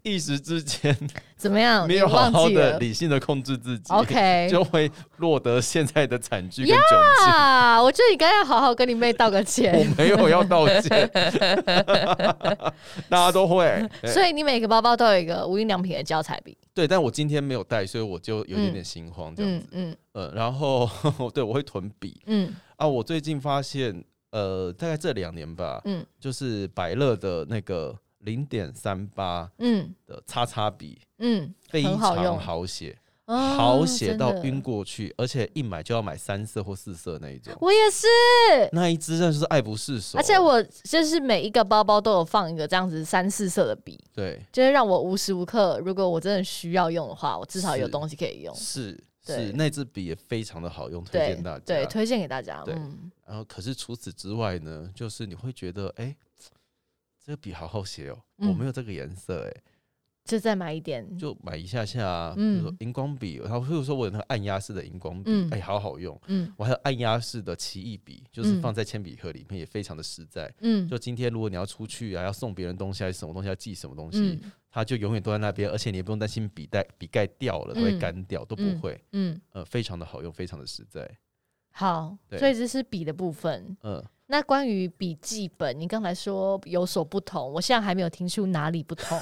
一一时之间怎么样？没有哦你好忘好记的了理性的控制自己 OK 就会落得现在的惨剧跟窘境。啊！我觉得你应该要好好跟你妹道 个我歉。没有要道 歉，大家都会。所以你每个包包都有一个无印良品的胶彩笔。对，但我今天没有带，所以我就有一点点心慌这样嗯子。嗯呃，然后 对我会囤笔嗯啊。我最近发现，呃，大概这两年吧，嗯就是百乐的那个零点三八嗯的叉叉笔嗯，非很好常用好写。哦好写到。真晕的过去，而且一买就要买三色或四色那一种，我也是，那一支真的就是爱不释手。而且我就是每一个包包都有放一个这样子三四色的笔，对就是让我无时无刻，如果我真的需要用的话，我至少有是东西可以用。是对是那支笔也非常的好用，推对荐大家。对，推荐给大家。对嗯，然后可是除此之外呢，就是你会觉得，哎、这个笔好好写哦，嗯我没有这个颜色、哎、就再买一点。就买一下下、啊，比嗯如说荧光笔，然后譬如说我有那个按压式的荧光笔，哎、嗯好好用。嗯我还有按压式的奇异笔，就是嗯放在铅笔盒里面也非常的实在。嗯就今天如果你要出去啊，要送别人东西还是什么东西，要寄什么东西，嗯它就永远都在那边，而且你也不用担心笔袋笔盖掉了，它会嗯干掉，都不嗯会。嗯，呃，非常的好用，非常的实在。好。对所以这是笔的部分。嗯，那关于笔记本，你刚才说有所不同，我现在还没有听出哪里 不同。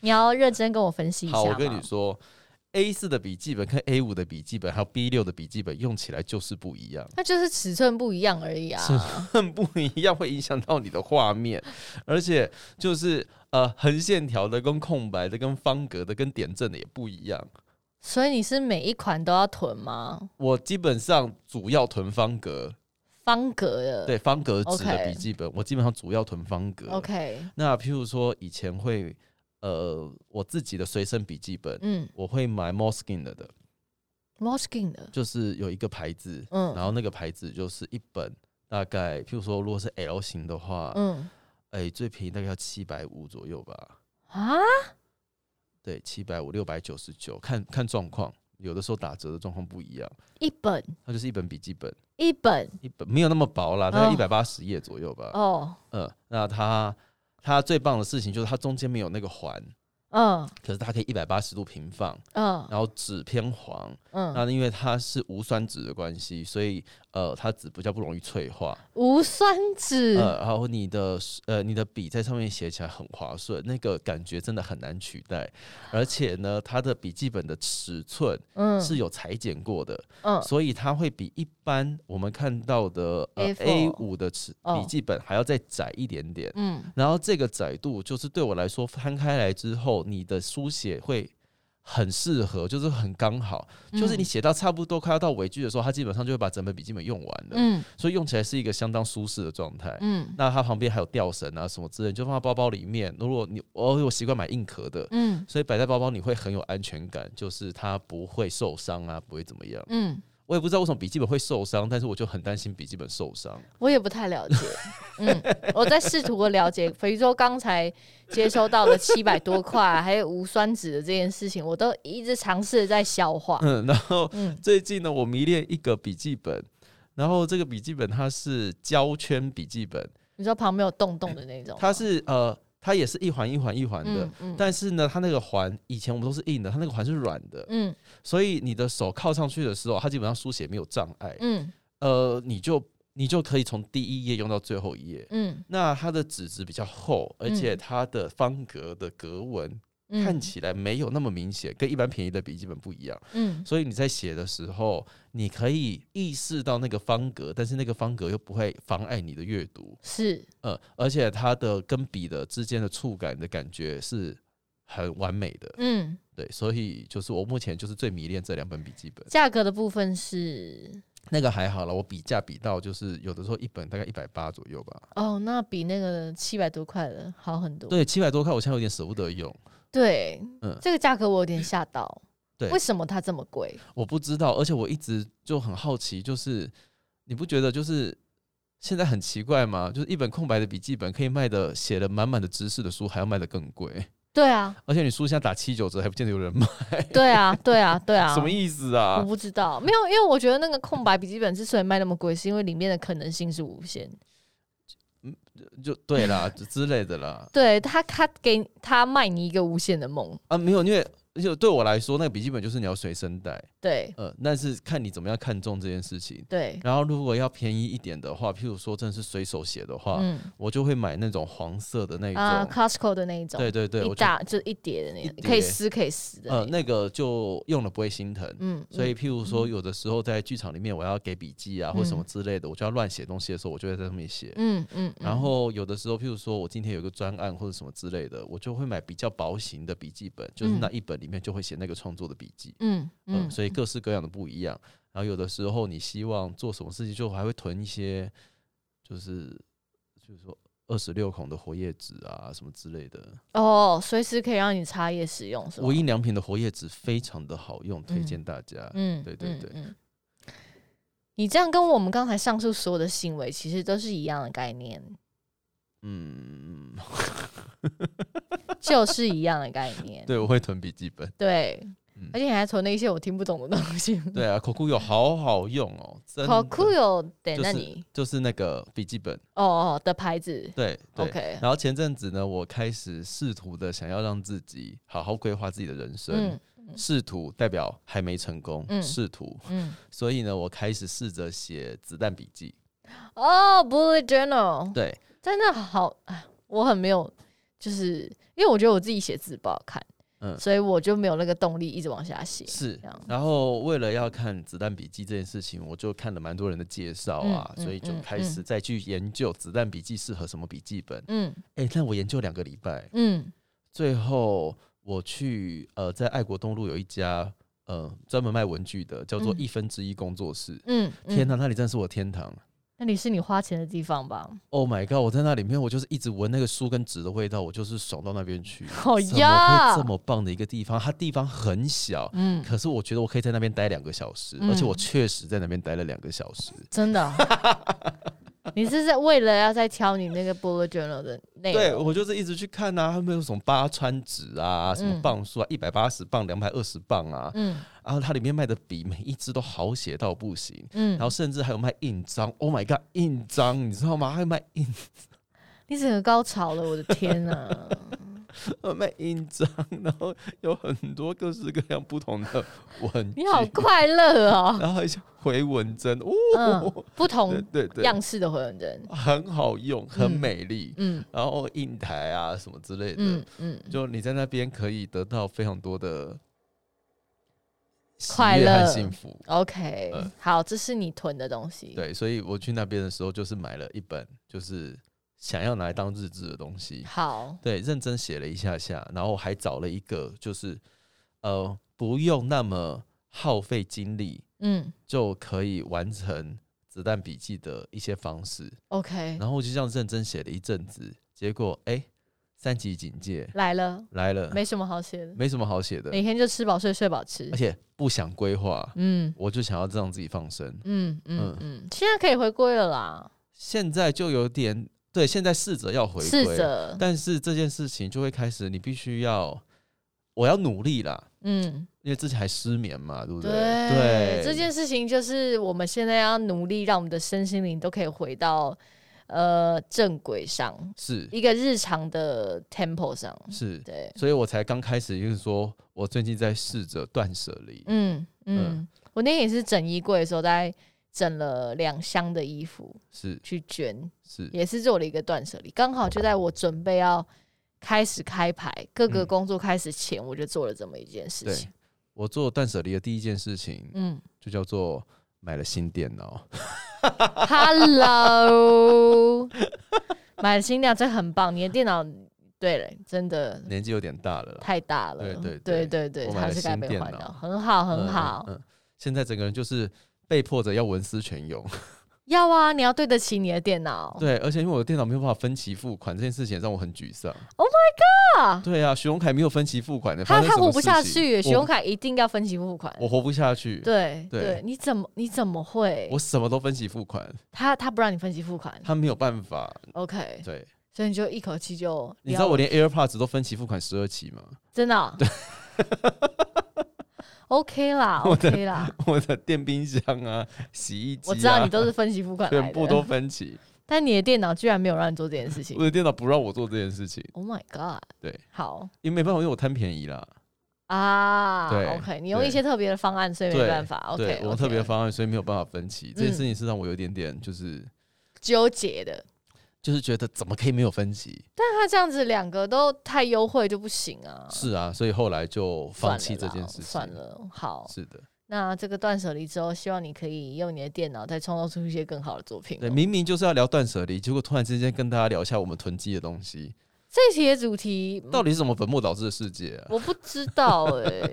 你要认真跟我分析一下好，吗。我跟你说，A 四的笔记本跟 A 五的笔记本还有 B 六的笔记本用起来就是不一样，那就是尺寸不一样而已啊。 很不一样，会影响到你的画面，而且就是呃横线条的跟空白的跟方格的跟点阵的也不一样。 所以你是每一款都要囤吗？我基本上主要囤方格，方格的。对方格纸的呃 OK 笔记本，我基本上主要囤方格。 OK。那譬如说以前会，呃，我自己的随身笔记本，嗯我会买 Moskin 的的， ，Moskin 的。就是有一个牌子，然嗯后那个牌子就是一本大概，譬如说如果是 L 型的话，哎、嗯最便宜大概要七百五左右吧，啊，对，七百五六百九十九，看看状况，有的时候打折的状况不一样，一本它就是一本笔记本，一本一本没有那么薄啦，大概哦一百八十页左右吧，哦。嗯，那它它最棒的事情就是它中间没有那个环。嗯可是它可以一百八十度平放，嗯然后纸偏黄，嗯，那因为它是无酸纸的关系，所以呃，它纸比较不容易脆化，无酸酯。呃，然后你的呃你的笔在上面写起来很滑顺，那个感觉真的很难取代。而且呢，它的笔记本的尺寸嗯是有裁剪过的，嗯所以它会比一般我们看到的呃 A4 A 五的尺哦笔记本还要再窄一点点。嗯然后这个窄度就是对我来说，摊开来之后，你的书写会很适合，就是很刚好，嗯就是你写到差不多快要到尾句的时候，它基本上就会把整本笔记本用完了，嗯所以用起来是一个相当舒适的状态。嗯那它旁边还有吊绳啊什么之类，你就放在包包里面。如果你哦我我习惯买硬壳的，嗯所以摆在包包你会很有安全感，就是它不会受伤啊，不会怎么样。嗯，我也不知道为什么笔记本会受伤，但是我就很担心笔记本受伤。我也不太 了解，嗯，我在试图的了解肥州刚才接收到的七百多块，还有无酸酯的这件事情，我都一直尝试地在消化。嗯， 然后嗯，最近呢，我迷恋一个笔记本，然后这个笔记本它是胶圈笔记本，你说旁边有洞洞的那种吗，它是呃，它也是一环一环一环的。哦嗯嗯但是呢，它那个环以前我们都是硬的，它那个环是软的，嗯所以你的手靠上去的时候，它基本上书写没有障碍，嗯呃，你就你就可以从第一页用到最后一页。嗯那它的纸质比较厚，而且嗯它的方格的格纹嗯，看起来没有那么明显，跟一般便宜的笔记本不一样。嗯所以你在写的时候，你可以意识到那个方格，但是那个方格又不会妨碍你的阅读。是呃，而且它的跟笔的之间的触感的感觉是很完美的。嗯，对，所以就是我目前就是最迷恋这两本笔记本。价格的部分是那个还好了，我比价比到就是有的时候一本大概一百八左右吧。哦，那比那个七百多块的好很多。对，七百多块，我现在有点舍不得用。对，嗯这个价格我有点吓到，对为什么它这么贵？我不知道，而且我一直就很好奇，就是你不觉得就是现在很奇怪吗？就是一本空白的笔记本可以卖的写了满满的知识的书，还要卖的更贵，对啊，而且你书现在打七九折，还不见得有人买，对啊，对啊，对啊，什么意思我啊？不知道，没有，因为我觉得那个空白笔记本之所以卖那么贵，是因为里面的可能性是无限。嗯就对啦，就之类的啦。对他，他给他卖你一个无限的梦。啊，没有，因为而且对我来说，那个笔记本就是你要随身带，对呃，但是看你怎么样看重这件事情。对，然后如果要便宜一点的话，譬如说真的是随手写的话，嗯我就会买那种黄色的那种，啊，Costco 的那一种，对对对，一我就大就一叠的那一种，叠可以撕可以撕的那呃，种。那个就用了不会心疼。嗯，所以，嗯譬如说，有的时候在剧场里面，我要给笔记啊，或什么之类的，我就要乱写东西的时候，我就会在上面写。嗯嗯，嗯然后，有的时候，譬如说我今天有一个专案或者什么之类的，我就会买比较薄型的笔记本，就是嗯那一本里面就会写那个创作的笔记。嗯嗯，嗯，所以各式各样的不一样。然后，有的时候你希望做什么事情，就还会囤一些，就是就是说二十六孔的活页纸啊，什么之类的。哦，随时可以让你茶叶使用，是吧无？印良品的活页纸非常的好用，推嗯荐大家。嗯，对对对嗯嗯你这样跟我们刚才上述所有的行为，其实都是一样的概念，嗯，就是一样的概念。对，我会囤笔记本。对，嗯而且你还存了一些我听不懂的东西。对啊，口酷有好好用哦，真的好酷哟！等就是那你就是那个笔记本，哦哦的牌子对对。 ，OK，然后前阵子呢，我开始试图的想要让自己好好规划自己的人生，试图代表还没成功，嗯试图。嗯，所以呢，我开始试着写子弹笔记。哦，Bullet Journal，对，真的好，哎我很没有，就是因为我觉得我自己写字不好看，嗯所以我就没有那个动力一直往下写。是这样。然后为了要看子弹笔记这件事情，我就看了蛮多人的介绍啊，嗯嗯所以就嗯开始再去研究子弹笔记适合什么笔记本。嗯哎，但我研究两个礼拜，嗯最后我去呃，在爱国东路有一家呃专门卖文具的，叫做嗯一分之一工作室。嗯，天哪，哪，那里真的是我天堂那里是你花钱的地方吧？ ！Oh my god！我在那里面，我就是一直闻那个书跟纸的味道，我就是爽到那边去。好怎哦呀么会这么棒的一个地方？它地方很小，嗯，可是我觉得我可以在那边待两个小时，嗯而且我确实在那边待了两个小时。真的哦。你是在为了要再挑你那个 bullet journal 的内对，容？我就是一直去看啊，他们有什么八川纸啊，什么嗯磅数啊，一百八十磅、两百二十磅啊，嗯然后它里面卖的笔每一支都好写到不行。嗯然，后甚至还有卖印章，Oh my god，印章你知道吗？还有卖印 你整个高潮了，我的天啊！还有卖印章，然后有很多各式各样不同的文具，你好快 乐哦，然后还有回纹针，哦，嗯，不同对对对，样式的回纹针，很好用，很嗯美丽，嗯然后印台啊什么之类的，嗯嗯，就你在那边可以得到非常多的喜快悦和乐幸福。 OK，、呃好，这是你囤的东西，对，所以我去那边的时候，就是买了一本，就是想要拿来当日志的东西。好，对，认真写了一下下，然后还找了一个，就是呃，不用那么耗费精力嗯就可以完成子弹笔记的一些方式。 ，OK，然后我就这样认真写了一阵子，结果哎，三级警戒来了，来了，没什么好写的，没什么好写的，每天就吃饱睡，睡饱吃嗯而。且不想规划，嗯我就想要让自己放生。嗯嗯嗯，现在可以回归了啦，现在就有点对，现在试着要回试归，着，但是这件事情就会开始，你必须要，我要努力啦，嗯，因为之前还失眠嘛，对不对？对，这件事情就是我们现在要努力，让我们的身心灵都可以回到呃正轨上，是一个日常的 tempo 上，是，对，所以我才刚开始就是说我最近在试着断舍离，嗯嗯，我那天也是整衣柜的时候，大概整了两箱的衣服是去捐，是也是做了一个断舍离，刚好就在我准备要开始开牌各个嗯工作开始前，我就做了这么一件事对情。我做断舍离的第一件事情，嗯就叫做买了新电脑。 ，Hello，买了新量真很棒，你的电脑对了，真的年纪有点大了啦，嗯太大了，对对对对对对我买它了是该新被电换脑掉，很好很嗯好，嗯，嗯现在整个人就是被迫着要文思泉涌。要啊，你要对得起你的电脑，对，而且因为我的电脑没有办法分期付款，这件事情让我很沮丧。啊，对啊，徐荣凯没有分期付款的，他发生他什么活不事下情去耶，我许荣凯一定要分期付款。我活不下去。对对对，你怎么你怎么会？我什么都分期付款，他他不让你分期付款他没有办法。 ，OK，对，所以你就一口气就你知道我撩了连 AirPods 都分期付款十二期吗？真的哦 OK 啦 我的，OK 啦，我的电冰箱啊，洗衣机、啊，我知道你都是分期付款来全部都的，分 期。但你的电脑居然没有让你做这件事情我的电脑不让我做这件事情， ，Oh my god！对，好因为没办法，因为我贪便宜啦。啊对，OK，你用对一些特别的方案，所以没对办法，OK，嗯对我们特别方案，所以没有办法分期。这件事情是让我有点点就是、纠结的。就是觉得怎么可以没有分期？但他这样子两个都太优惠就不行啊，是啊，所以后来就算放了弃这啦件事情。算，了，哦好，是的，那这个断舍离之后，希望你可以用你的电脑再创造出一些更好的作品哦、对，明明就是要聊断舍离，结果突然之间跟大家聊一下我们囤积的东西，这一题的主 题，到底是什么本末倒置的世界啊？我不知道 哎、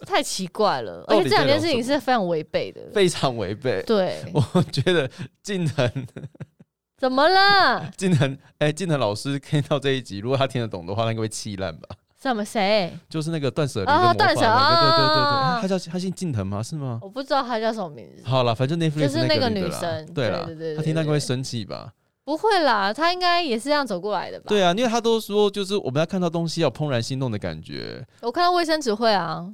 太奇怪了，到而底且这两件事情在聊什是非常违背的。非常违背。对，我觉得近藤怎么了？近藤哎，近藤老师听到这一集，如果他听得懂的话，他应该会气烂吧？什么谁？就是那个断舍离的啊魔法那断舍个，对对对啊对，他叫他姓近藤吗？是吗？我不知道她叫什么名字。好了，反正 Netflix 就是那个女的女啦生对对啦对对，对她听到应该对会对生气吧？不会啦，她应该也是这样走过来的吧？对啊，因为他都说就是我们要看到东西要怦然心动的感觉，我看到卫生纸 会啊，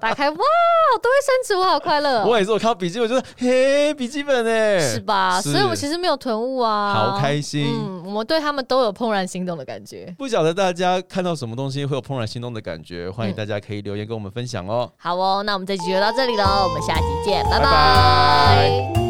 打开哇，都卫生纸，我好快乐哦、我也是，我看到笔记本就是嘿，笔记本哎、是吧？是所以我其实没有囤物啊，好开心。嗯，我们对他们都有怦然心动的感觉。不晓得大家看到什么东西会有怦然心动的感觉，欢迎嗯大家可以留言跟我们分享哦。好哦，那我们这集就到这里喽，我们下期见，拜拜拜拜